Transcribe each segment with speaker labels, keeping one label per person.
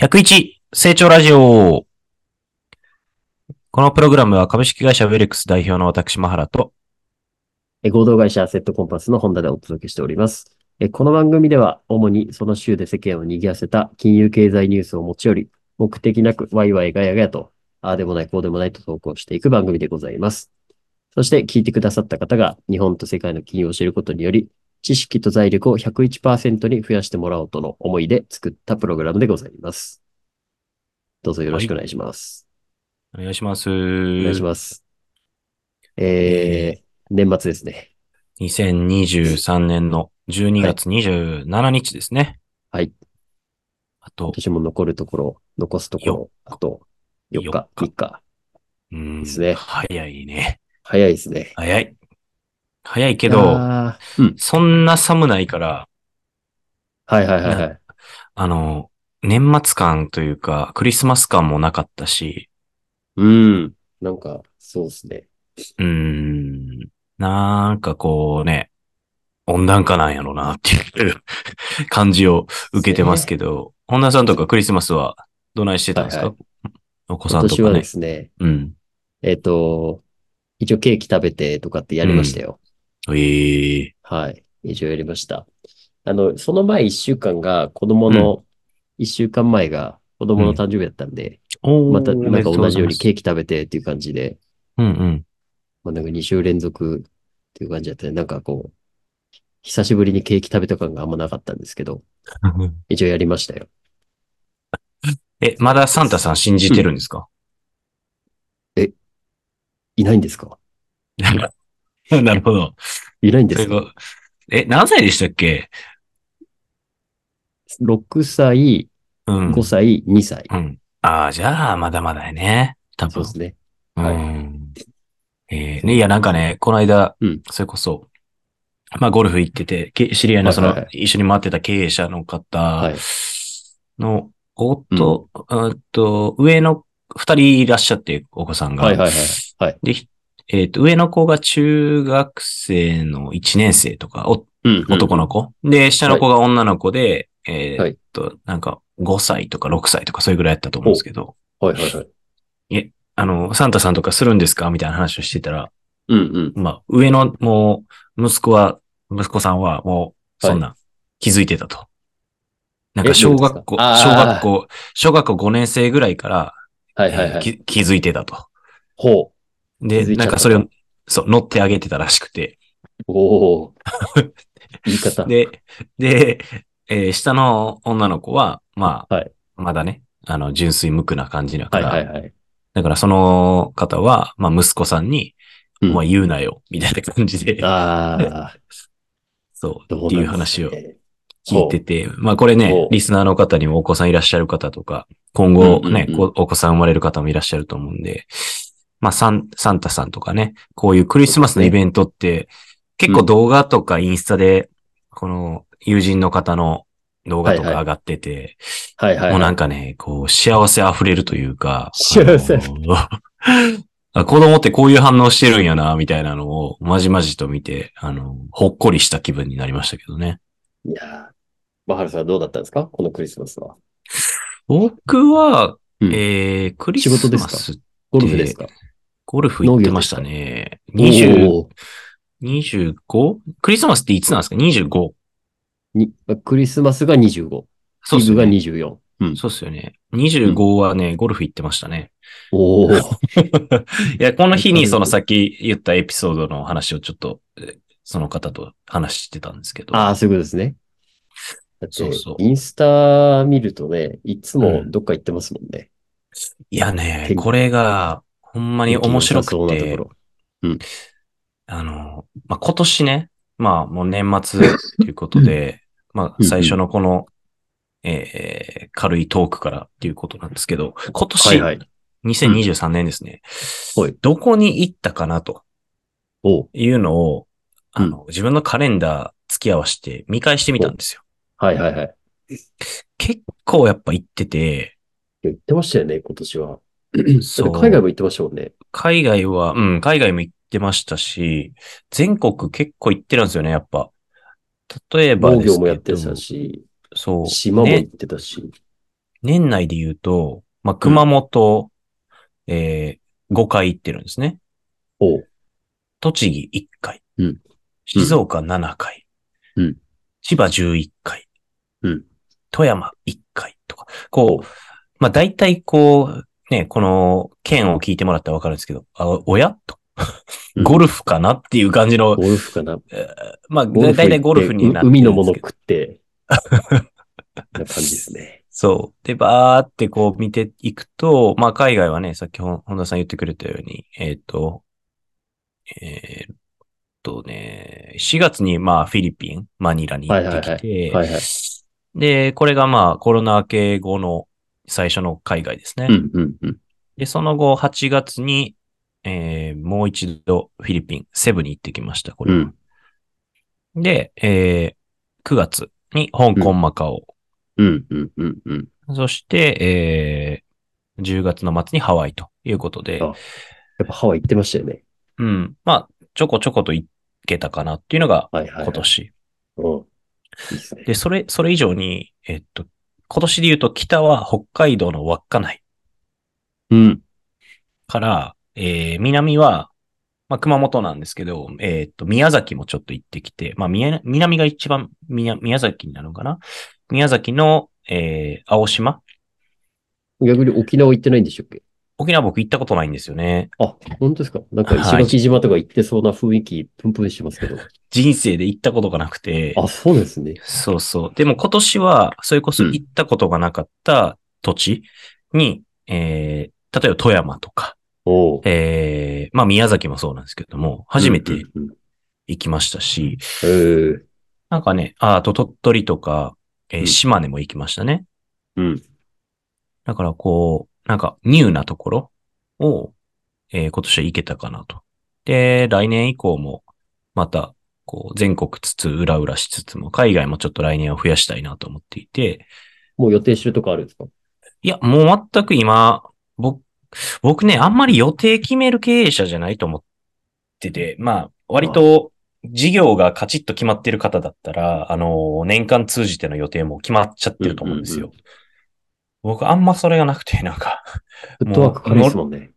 Speaker 1: 101成長ラジオこのプログラムは株式会社ウェルクス代表の私、マハラと、
Speaker 2: えー合同会社アセットコンパスの本田でお届けしております。えーこの番組では、主にその週で世間を賑わせた金融経済ニュースを持ち寄り、目的なくワイワイガヤガヤと、ああでもないこうでもないと投稿していく番組でございます。そして聞いてくださった方が日本と世界の金融を知ることにより、知識と財力を101%に増やしてもらおうとの思いで作ったプログラムでございます。どうぞよろしくお願いします。
Speaker 1: お願いします。お
Speaker 2: お
Speaker 1: 願
Speaker 2: 願いします。えー、年末ですね。
Speaker 1: 2023年の12月27日ですね。
Speaker 2: はい。
Speaker 1: あと
Speaker 2: 今、年も残るところ、残すところ、あと4日、
Speaker 1: 4日
Speaker 2: 3日。
Speaker 1: うん
Speaker 2: ですね
Speaker 1: 早いね。
Speaker 2: 早いですね。
Speaker 1: 早い。早いけ
Speaker 2: いや
Speaker 1: ど、
Speaker 2: ーうん。
Speaker 1: そんな寒ないから、
Speaker 2: はいはいはいは。
Speaker 1: ないあの、年末感というか、クリスマス感もなかったし、
Speaker 2: うん。なんか、そうですね。
Speaker 1: うーん、なんかこうね、温暖化なんやろうなっていう 感じを受けてますけど、本田さんとかクリスマスはどないしてたんですか、
Speaker 2: はいは
Speaker 1: お子さん
Speaker 2: 今
Speaker 1: と
Speaker 2: 年
Speaker 1: か
Speaker 2: は
Speaker 1: ね
Speaker 2: で。すね、
Speaker 1: うん。
Speaker 2: えっ、と、一応ケーキ食べてとかってやりましたよ。
Speaker 1: ええ
Speaker 2: はい。一応やりました。あの、その前1週間が子供の、1週間前が子供の誕生日だったんで、
Speaker 1: おー
Speaker 2: またなんか同じようにケ
Speaker 1: ーキ。
Speaker 2: ーキ食べてっていう感じで、
Speaker 1: うんうん。
Speaker 2: まあ、なんか2週連続っていう感じだったね。なんかこう、久しぶりにケーキ食べた感があんまなかったんですけど、一応やりましたよ。
Speaker 1: え、まだサンタさん信じてるんですか、
Speaker 2: いないんですか
Speaker 1: なるほど。
Speaker 2: いないんで
Speaker 1: それ
Speaker 2: すか
Speaker 1: がえ、何歳でしたっけ
Speaker 2: ?6 歳、
Speaker 1: うん。
Speaker 2: 5歳、2歳。
Speaker 1: うん。ああ、じゃあ、まだまだやね。多
Speaker 2: そう
Speaker 1: 分
Speaker 2: で。すね。
Speaker 1: う
Speaker 2: はい
Speaker 1: ん。えーね、いや、なんかね、この間、
Speaker 2: うん
Speaker 1: それこそ、まあ、ゴルフ行ってて、け知り合いのその、
Speaker 2: はいはいは
Speaker 1: 一緒に回ってた経営者の方
Speaker 2: はい
Speaker 1: の、夫、うん、と、上の二人いらっしゃって、お子さんが。
Speaker 2: はいはいはいはい。
Speaker 1: で、ひえっ、と、上の子が中学生の1年生とか、お
Speaker 2: うん
Speaker 1: 男の子。で、下の子が女の子で、え
Speaker 2: は
Speaker 1: ーっ
Speaker 2: い
Speaker 1: と、なんか、5歳とか6歳とか、それぐらいやったと思うんですけど。
Speaker 2: 子。はいはいはい。
Speaker 1: あの、サンタさんとかするんですかみたいな話をしてたら、
Speaker 2: うんうん。
Speaker 1: まあ、上の、もう、息子は、息子さんは、もう、
Speaker 2: はい
Speaker 1: そんな、気づいてたと。なん
Speaker 2: え
Speaker 1: か、小学
Speaker 2: ど
Speaker 1: 校、
Speaker 2: ういうことです
Speaker 1: 小
Speaker 2: かあー
Speaker 1: 学校、小学校5年生ぐらいから、
Speaker 2: はいはいは
Speaker 1: えー
Speaker 2: い。
Speaker 1: き気づいてたと。
Speaker 2: ほ
Speaker 1: で
Speaker 2: 気づ、いち
Speaker 1: な
Speaker 2: ゃったと
Speaker 1: んかそれを、そう、乗ってあげてたらしくて。
Speaker 2: う。おー言い方。
Speaker 1: で、で、えー下の女の子は、まあ、
Speaker 2: はい
Speaker 1: まだね、あの、純粋無垢な感じだか
Speaker 2: はい
Speaker 1: ら、
Speaker 2: はいはい。
Speaker 1: だからその方は、まあ、息子さんに、
Speaker 2: うん
Speaker 1: お前言うなよ、みたいな感じで、
Speaker 2: ああ、
Speaker 1: そう、
Speaker 2: どうなん
Speaker 1: っていう
Speaker 2: です
Speaker 1: 話を
Speaker 2: かね
Speaker 1: 聞いてて、まあこれね
Speaker 2: ほう、
Speaker 1: リスナーの方にもお子さんいらっしゃる方とか、今後ね、
Speaker 2: うんうんう
Speaker 1: こ
Speaker 2: ん
Speaker 1: お子さん生まれる方もいらっしゃると思うんで、まあサンサンタさんとかね、こういうクリスマスのイベントって、結構動画とかインスタで、この友人の方の動画と
Speaker 2: はい
Speaker 1: か
Speaker 2: はい
Speaker 1: 上がってて、
Speaker 2: はいはい
Speaker 1: もうな
Speaker 2: はい。
Speaker 1: んかね、こう幸せ溢れるというか、
Speaker 2: 幸せ
Speaker 1: あの あ子供ってこういう反応してるんやな、みたいなのをまじまじと見て、あの、ほっこりした気分になりましたけどね。
Speaker 2: いやー、マハルさんはどうだったんですかこのクリスマスは。
Speaker 1: 僕は、
Speaker 2: うん
Speaker 1: えー、クリス
Speaker 2: 仕事で
Speaker 1: マ
Speaker 2: す
Speaker 1: ス、
Speaker 2: ゴルフですか
Speaker 1: ゴルフ行ってましたね。20、
Speaker 2: おー
Speaker 1: 25? クリスマスっていつなんですか ?25。
Speaker 2: にクリスマスが25。
Speaker 1: そうっ
Speaker 2: イ
Speaker 1: す
Speaker 2: ブ
Speaker 1: よ
Speaker 2: が
Speaker 1: ね。
Speaker 2: 24。うん。
Speaker 1: そうっすよね。25はね、ゴルフ行ってましたね。
Speaker 2: おお。
Speaker 1: いや、この日にその
Speaker 2: ゴルフ
Speaker 1: さっき言ったエピソードの話をちょっと、えその方と話してたんですけど。
Speaker 2: ああ、そういうことですね。だって
Speaker 1: そうそう
Speaker 2: インスタ見るとね、いつも
Speaker 1: うん
Speaker 2: どっか行ってますもんね。
Speaker 1: いやね、
Speaker 2: 天気
Speaker 1: これが、ほんまに面白くて。
Speaker 2: 天気の良さそうなところ
Speaker 1: あの、まあ、今年ね、まあ、もう年末ということで、ま
Speaker 2: う
Speaker 1: あ、
Speaker 2: ん
Speaker 1: 最初のこの、えー軽いトークからっていうことなんですけど、今
Speaker 2: はい
Speaker 1: 年、
Speaker 2: はい。
Speaker 1: 2023年ですね、
Speaker 2: はい
Speaker 1: どこに行ったかなと
Speaker 2: おう
Speaker 1: いうのを、あの、自分のカレンダー付き合わせて見返してみたんですよ。
Speaker 2: はいはいはい。
Speaker 1: 結構やっぱ行ってて、
Speaker 2: 行ってましたよね、今年は。
Speaker 1: そう
Speaker 2: だって海外も行ってましたもんね。
Speaker 1: 海外は、うん、海外も行ってましたし、全国結構行ってるんですよね、やっぱ。例えば
Speaker 2: 農
Speaker 1: ですけど。
Speaker 2: 業もやってたし、
Speaker 1: そう。
Speaker 2: 島も
Speaker 1: ね
Speaker 2: 行ってたし。
Speaker 1: 年内で言うと、まあ、熊本、えー、5回行ってるんですね。
Speaker 2: おう。
Speaker 1: 栃木1回。
Speaker 2: うん
Speaker 1: 静岡7回。
Speaker 2: うん
Speaker 1: 千葉11回。
Speaker 2: うん
Speaker 1: 富山1回とか。こう、まあ、大体こう、ね、この、県を聞いてもらったらわかるんですけど、あ、おやと。ゴルフかなっていう感じの、
Speaker 2: ゴルフかな。
Speaker 1: えーまあ、
Speaker 2: ゴ
Speaker 1: 大
Speaker 2: ルフ行って
Speaker 1: 体ゴルフになって
Speaker 2: う
Speaker 1: るん
Speaker 2: 海
Speaker 1: ですけど
Speaker 2: のもの食って、な感じですね。
Speaker 1: そう。で、バーってこう見ていくと、まあ海外はね、さっきほん本田さん言ってくれたように、えっ、と、えーっとね、4月にまあフィリピン、マニラに行ってきて、
Speaker 2: はいはいはい
Speaker 1: で、これがまあコロナ明け後の最初の海外ですね。
Speaker 2: うんうんうん。
Speaker 1: で、その後8月に、えーもう一度フィリピン、セブに行ってきました、これは。
Speaker 2: うん
Speaker 1: で、えー9月に香港、マカオ、
Speaker 2: うんうんうんうん。
Speaker 1: そして、えー10月の末にハワイということで
Speaker 2: あ、やっぱハワイ行ってましたよね。
Speaker 1: うん。まあ、ちょこちょこと行けたかなっていうのが
Speaker 2: はいはい、はい。
Speaker 1: 今年。
Speaker 2: うん。いいですね。
Speaker 1: で、それ、それ以上に、えっと、今年で言うと北は北海道の稚内
Speaker 2: うん。
Speaker 1: から、えー南は、まあ、熊本なんですけど、えっと、宮崎もちょっと行ってきて、まあ、宮南が一番宮、宮崎になるのかな宮崎の、えー青島
Speaker 2: 逆に沖縄行ってないんでしたっけ
Speaker 1: 沖縄僕行ったことないんですよね。
Speaker 2: あ、本当ですかなんか
Speaker 1: はい
Speaker 2: 石垣島とか行ってそうな雰囲気、プンプンしてますけど。
Speaker 1: 人生で行ったことがなくて。
Speaker 2: あ、そうですね。
Speaker 1: そうそう。でも今年は、それこそ行ったことがなかった土地に、えー、例えば富山とか、
Speaker 2: おう
Speaker 1: えー、まあ宮崎もそうなんですけども、初めて
Speaker 2: うんうんうん
Speaker 1: 行きましたし、
Speaker 2: えー
Speaker 1: なんかね、ああと鳥取とか、えー
Speaker 2: うん
Speaker 1: 島根も行きましたね。
Speaker 2: うん。
Speaker 1: だからこう、なんかニューなところを、えー今年は行けたかなと。で、来年以降も、また、こう、全国つつ、うらうらしつつも、海外もちょっと来年は増やしたいなと思っていて、
Speaker 2: もう予定してるとこあるんですか
Speaker 1: いや、もう全く今、僕、僕ね、あんまり予定決める経営者じゃないと思ってて、まあ、割と事業がカチッと決まってる方だったら、あの、年間通じての予定も決まっちゃってると思うんですよ。僕、あんまそれがなくて、なんか、
Speaker 2: フットワーク軽いですもんね。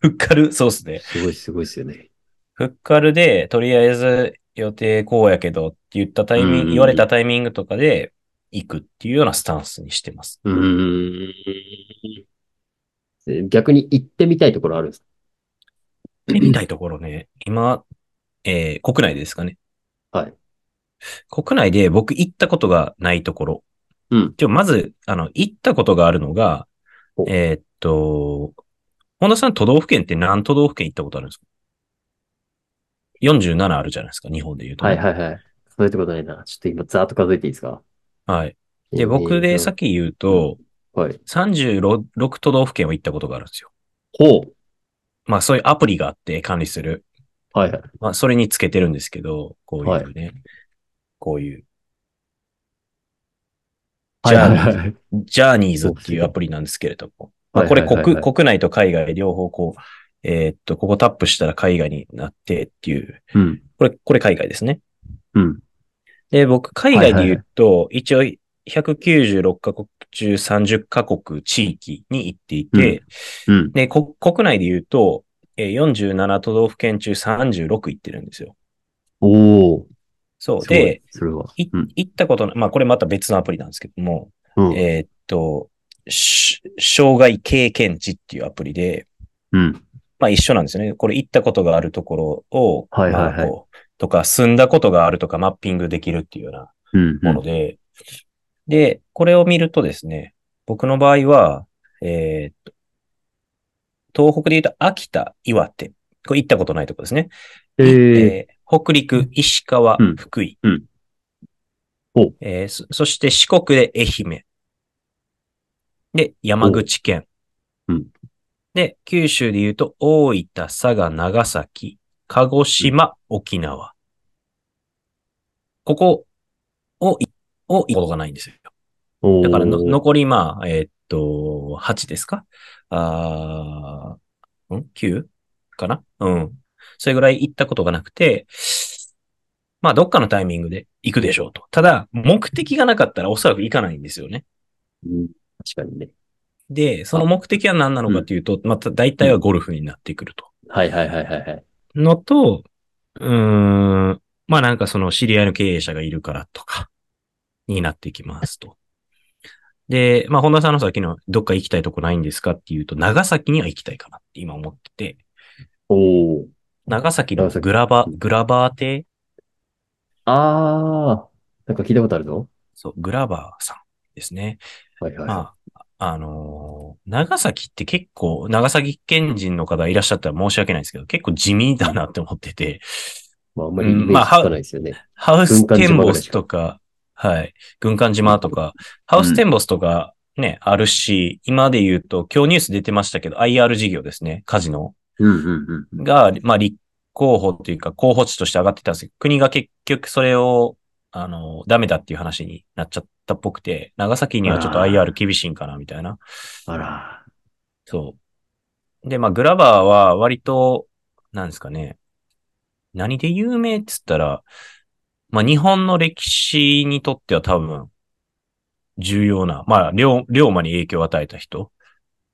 Speaker 1: ふっかる、そうですね。
Speaker 2: すごいすごいですよね。
Speaker 1: ふっかるで、とりあえず予定こうやけどって言ったタイミン
Speaker 2: うん
Speaker 1: グ、言われたタイミングとかで行くっていうようなスタンスにしてます。
Speaker 2: うーん。え逆に行ってみたいところあるんですか
Speaker 1: で、見たいところね、今、えー国内ですかね。
Speaker 2: はい。
Speaker 1: 国内で僕行ったことがないところ。
Speaker 2: うん。
Speaker 1: でもまず、あの、行ったことがあるのが
Speaker 2: お、
Speaker 1: えーっと、本田さん都道府県って何都道府県行ったことあるんですか ?47 あるじゃないですか、日本で言うとね、
Speaker 2: はいはいはい。数えたことないな。ちょっと今、ざーっと数えていいですか
Speaker 1: はい。で、僕でさっ
Speaker 2: き。
Speaker 1: き言うと、
Speaker 2: はい。
Speaker 1: 36都道府県を行ったことがあるんですよ。
Speaker 2: ほう。
Speaker 1: まあそういうアプリがあって管理する。
Speaker 2: はいはい。
Speaker 1: まあ、それにつけてるんですけど、こういうね、こういう。
Speaker 2: は
Speaker 1: ジ
Speaker 2: い
Speaker 1: ャー
Speaker 2: は
Speaker 1: ニ
Speaker 2: い
Speaker 1: ーズ、
Speaker 2: はい。
Speaker 1: ジャーニーズっていうアプリなんですけれども。ま
Speaker 2: は
Speaker 1: あ、
Speaker 2: い
Speaker 1: これ
Speaker 2: はいはい
Speaker 1: 国、
Speaker 2: はい
Speaker 1: 国内と海外両方こう、えーっと、ここタップしたら海外になってっていう。
Speaker 2: うん。
Speaker 1: これ、これ海外ですね。
Speaker 2: うん。
Speaker 1: で、僕、海外で言うと、一応、196カ国中30カ国地域に行っていて、
Speaker 2: うん。
Speaker 1: で、こ国内で言うと、えー47都道府県中36行ってるんですよ。
Speaker 2: おお。
Speaker 1: そう。
Speaker 2: すごい
Speaker 1: で、、
Speaker 2: それは。
Speaker 1: い
Speaker 2: うん。
Speaker 1: 行ったことの、まあこれまた別のアプリなんですけども、
Speaker 2: うん
Speaker 1: えーっと、し障害経験値っていうアプリで、
Speaker 2: うん。
Speaker 1: まあ一緒なんですよね。これ行ったことがあるところを、
Speaker 2: はいはいはい
Speaker 1: まあこうとか、住んだことがあるとか、マッピングできるっていうような
Speaker 2: うん。
Speaker 1: もので、で、これを見るとですね、僕の場合は、えーっと、東北で言うと秋田、岩手、これ行ったことないとこですね。
Speaker 2: えー、
Speaker 1: えー北陸、石川、
Speaker 2: うん
Speaker 1: 福井。
Speaker 2: うんお
Speaker 1: えーそそして四国で愛媛。で、山口県。
Speaker 2: おうん
Speaker 1: で、九州で言うと、大分、佐賀、長崎、鹿児島、沖縄。ここをい、を行ったことがないんですよ。
Speaker 2: おー
Speaker 1: だからの、残り、まあ、えーっと、8ですかあーん ?9? かなうん。それぐらい行ったことがなくて、まあ、どっかのタイミングで行くでしょうと。ただ、目的がなかったらおそらく行かないんですよね。
Speaker 2: うん確かにね。
Speaker 1: で、その目的は何なのかというと、また大体はゴルフになってくると。
Speaker 2: はいはいはいはいはい。
Speaker 1: のと、うーん、まあなんかその知り合いの経営者がいるからとか、になってきますと。で、まあ本田さんの先のどっか行きたいとこないんですかっていうと、長崎には行きたいかなって今思ってて、
Speaker 2: おー。
Speaker 1: 長崎のグラバ、グラバー亭
Speaker 2: あー。なんか聞いたことあるぞ。
Speaker 1: そう、グラバーさんですね。
Speaker 2: はいはい。
Speaker 1: まあ、あのー長崎って結構、長崎県人の方いらっしゃったら申し訳ないんですけど、結構地味だなって思ってて、
Speaker 2: まあ、あんまりイメージつかないですよね。
Speaker 1: ハウステンボスとか、はい、軍艦島とか、ハウステンボスとかね、あるし、今で言うと、今日ニュース出てましたけど、IR 事業ですね、カジノ
Speaker 2: うんうんうん。
Speaker 1: が、まあ、立候補というか、候補地として上がってたんですけど、国が結局それを、あのー、ダメだっていう話になっちゃったっぽくて、長崎にはちょっと
Speaker 2: あー
Speaker 1: IR 厳しいんかな、みたいな。
Speaker 2: あら。
Speaker 1: そう。で、まあ、グラバーは割と、なんですかね。何で有名っつったら、まあ、日本の歴史にとっては多分、重要な、まあ、龍龍馬に影響を与えた人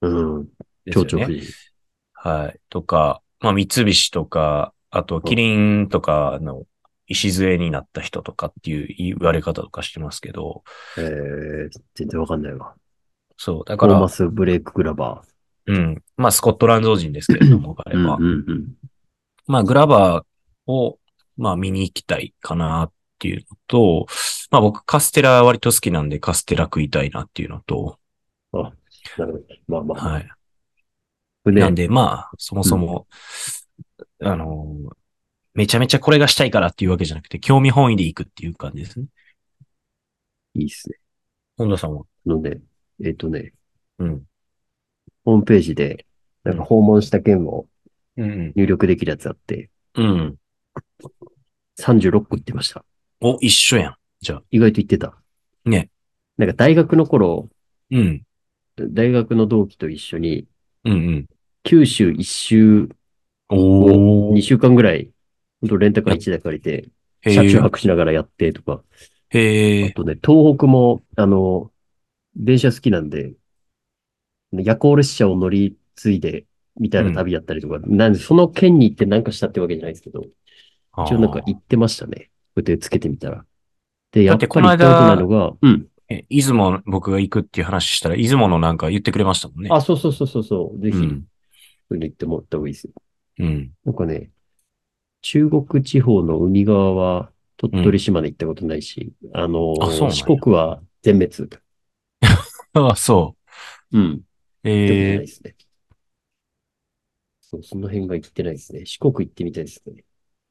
Speaker 2: うん。
Speaker 1: です
Speaker 2: 蝶
Speaker 1: よ
Speaker 2: 々
Speaker 1: ね。
Speaker 2: 夫人。
Speaker 1: はい。とか、まあ、三菱とか、あと、キリンとかの礎になった人とかっていう言われ方とかしてますけど、
Speaker 2: えー、全然わかんないわ。
Speaker 1: そう。だ
Speaker 2: コ
Speaker 1: か
Speaker 2: ーマ
Speaker 1: ら、
Speaker 2: ス・ブレイク・グラバー。
Speaker 1: うん。まあ、スコットランド人ですけれ ども、彼は。
Speaker 2: うんうん。
Speaker 1: まあ、グラバーを、まあ、見に行きたいかなっていうのと、まあ、僕、カステラ割と好きなんで、カステラ食いたいなっていうのと、
Speaker 2: なるほど。まあまあ。
Speaker 1: はい。
Speaker 2: 船
Speaker 1: なんで、まあ、そもそも、あの、めちゃめちゃこれがしたいからっていうわけじゃなくて、興味本位で行くっていう感じですね。
Speaker 2: いいっすね。
Speaker 1: 本田さんは。
Speaker 2: ので、えっ、とね、
Speaker 1: うん。
Speaker 2: ホームページで、なんか訪問した件を
Speaker 1: うん。
Speaker 2: 入力できるやつあって、
Speaker 1: うん。
Speaker 2: 36個行ってました。
Speaker 1: お、一緒や
Speaker 2: 意外と行ってた。
Speaker 1: ん。ね。
Speaker 2: なんか大学の頃、
Speaker 1: うん。
Speaker 2: 大学の同期と一緒に、
Speaker 1: うん
Speaker 2: 九州一周、
Speaker 1: うん。お
Speaker 2: 2。週間ぐらい、ほんとレンタカー1台借りて、
Speaker 1: へ
Speaker 2: 車中
Speaker 1: え。
Speaker 2: 泊しながらやってとか、
Speaker 1: へ
Speaker 2: あ
Speaker 1: え。
Speaker 2: とね、東北も、あの、電車好きなんで、夜行列車を乗り継いで、みたいな旅やったりとか、なんで、その県に行ってなんかしたってわけじゃないですけど、一応なんか
Speaker 1: あー
Speaker 2: 行ってましたね。予定つけてみたら。で、や
Speaker 1: だ
Speaker 2: っ
Speaker 1: っ
Speaker 2: ぱ
Speaker 1: て
Speaker 2: り行ったことないのが、うん。
Speaker 1: え、出雲、僕が行くっていう話したら、出雲のなんか言ってくれましたもんね。
Speaker 2: あ、そうそうそうそうそう。ぜひ、
Speaker 1: う。
Speaker 2: そうんいうの行ってもらった方がいいですよ。
Speaker 1: うん。
Speaker 2: なんかね、中国地方の海側は、鳥取島で行ったことないし、あのー
Speaker 1: あそうなんや
Speaker 2: 四国は全滅。
Speaker 1: あ、そ
Speaker 2: うん。
Speaker 1: う。
Speaker 2: 行ったことない
Speaker 1: ええ
Speaker 2: ですね。そう、その辺が行ってないですね。四国行ってみたいですね。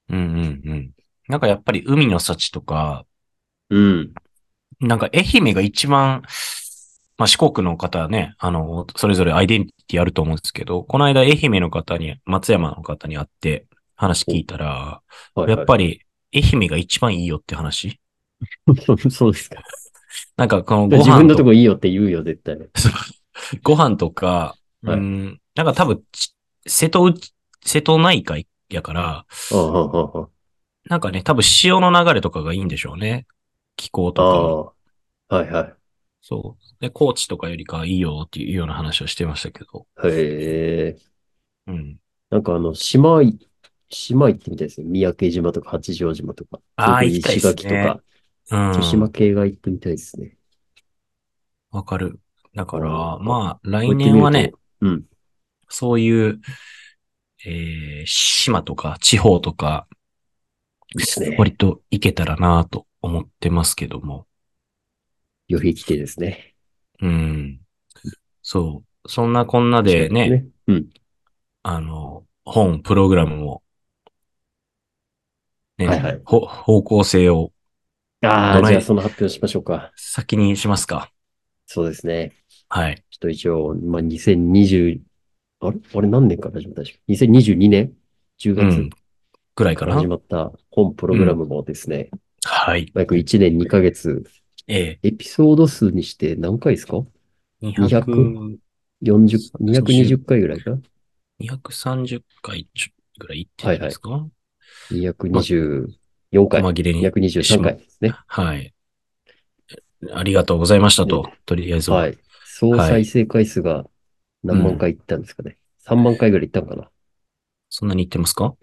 Speaker 1: うんうんうん。なんかやっぱり海の幸とか、
Speaker 2: うん。
Speaker 1: なんか愛媛が一番、まあ、四国の方はね、あの、それぞれアイデンティティあると思うんですけど、この間愛媛の方に、松山の方に会って話聞いたら、
Speaker 2: はい、
Speaker 1: やっぱ
Speaker 2: り。
Speaker 1: り愛媛が一番いいよって話
Speaker 2: そうですか。
Speaker 1: なんかこのご
Speaker 2: 自分
Speaker 1: 飯
Speaker 2: の
Speaker 1: と
Speaker 2: と
Speaker 1: か、
Speaker 2: こいいよって言うよ、絶対。
Speaker 1: ご飯とか、
Speaker 2: は
Speaker 1: う
Speaker 2: い
Speaker 1: ん、なんか多分、ち瀬戸内、瀬戸内海やから、
Speaker 2: ああ、ああ、ああ。
Speaker 1: なんかね、多分潮の流れとかがいいんでしょうね。気候とかも。
Speaker 2: ああ、はいは
Speaker 1: そう。で、高知とかよりかはいいよっていうような話をしてましたけど。
Speaker 2: い。へえ。
Speaker 1: うん。
Speaker 2: なんかあの、島い、島行ってみたいですね。三宅島とか八丈島とか、
Speaker 1: あー
Speaker 2: それこそ
Speaker 1: 行きたいっ
Speaker 2: 石
Speaker 1: すね
Speaker 2: 垣とか、
Speaker 1: うん。
Speaker 2: 豊島系が行ってみたいですね。
Speaker 1: わかる。だから、
Speaker 2: うん
Speaker 1: まあ、
Speaker 2: こ
Speaker 1: 来
Speaker 2: うやって
Speaker 1: 年
Speaker 2: みる
Speaker 1: はね
Speaker 2: と、、うん。
Speaker 1: そういう、えー、島とか地方とか、
Speaker 2: ですね
Speaker 1: 割と行けたらなと思ってますけども。
Speaker 2: より来てですね。
Speaker 1: うん。そう。そんなこんなでね、
Speaker 2: ね。うん。
Speaker 1: あの、本、プログラムも、ね、
Speaker 2: はいはい
Speaker 1: ほ方向性を
Speaker 2: あ
Speaker 1: ど
Speaker 2: あ、
Speaker 1: ない
Speaker 2: じゃあその発表しましょうか。
Speaker 1: 先にしますか。
Speaker 2: そうですね。
Speaker 1: はい。
Speaker 2: ちょっと一応、まあ、2020、あれあれ何年から始まったでしょ ?2022 年10
Speaker 1: う
Speaker 2: 月
Speaker 1: ん。ぐらい
Speaker 2: か
Speaker 1: からな
Speaker 2: 始。まった本プログラムもですね、
Speaker 1: はい。
Speaker 2: 約1年2ヶ月、
Speaker 1: え
Speaker 2: エピソード数にして何回ですか
Speaker 1: え、
Speaker 2: 200
Speaker 1: 200、
Speaker 2: ?40、220回ぐらいかな
Speaker 1: 230回ちょぐらい行ってるんですか、
Speaker 2: 224回、
Speaker 1: 紛れに。
Speaker 2: 223回ですね。
Speaker 1: はい。ありがとうございましたと、とりあえずは。
Speaker 2: はい。総再生回数が何万回いったんですかね。3万回ぐらいいったのかな
Speaker 1: そんなに言ってますか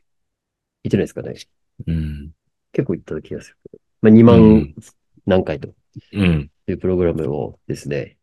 Speaker 2: いってないですかね。
Speaker 1: うん。
Speaker 2: 結構いった気がするけど。まあ、2
Speaker 1: う
Speaker 2: 万
Speaker 1: ん
Speaker 2: 何回と
Speaker 1: うん。
Speaker 2: いうプログラムをですね、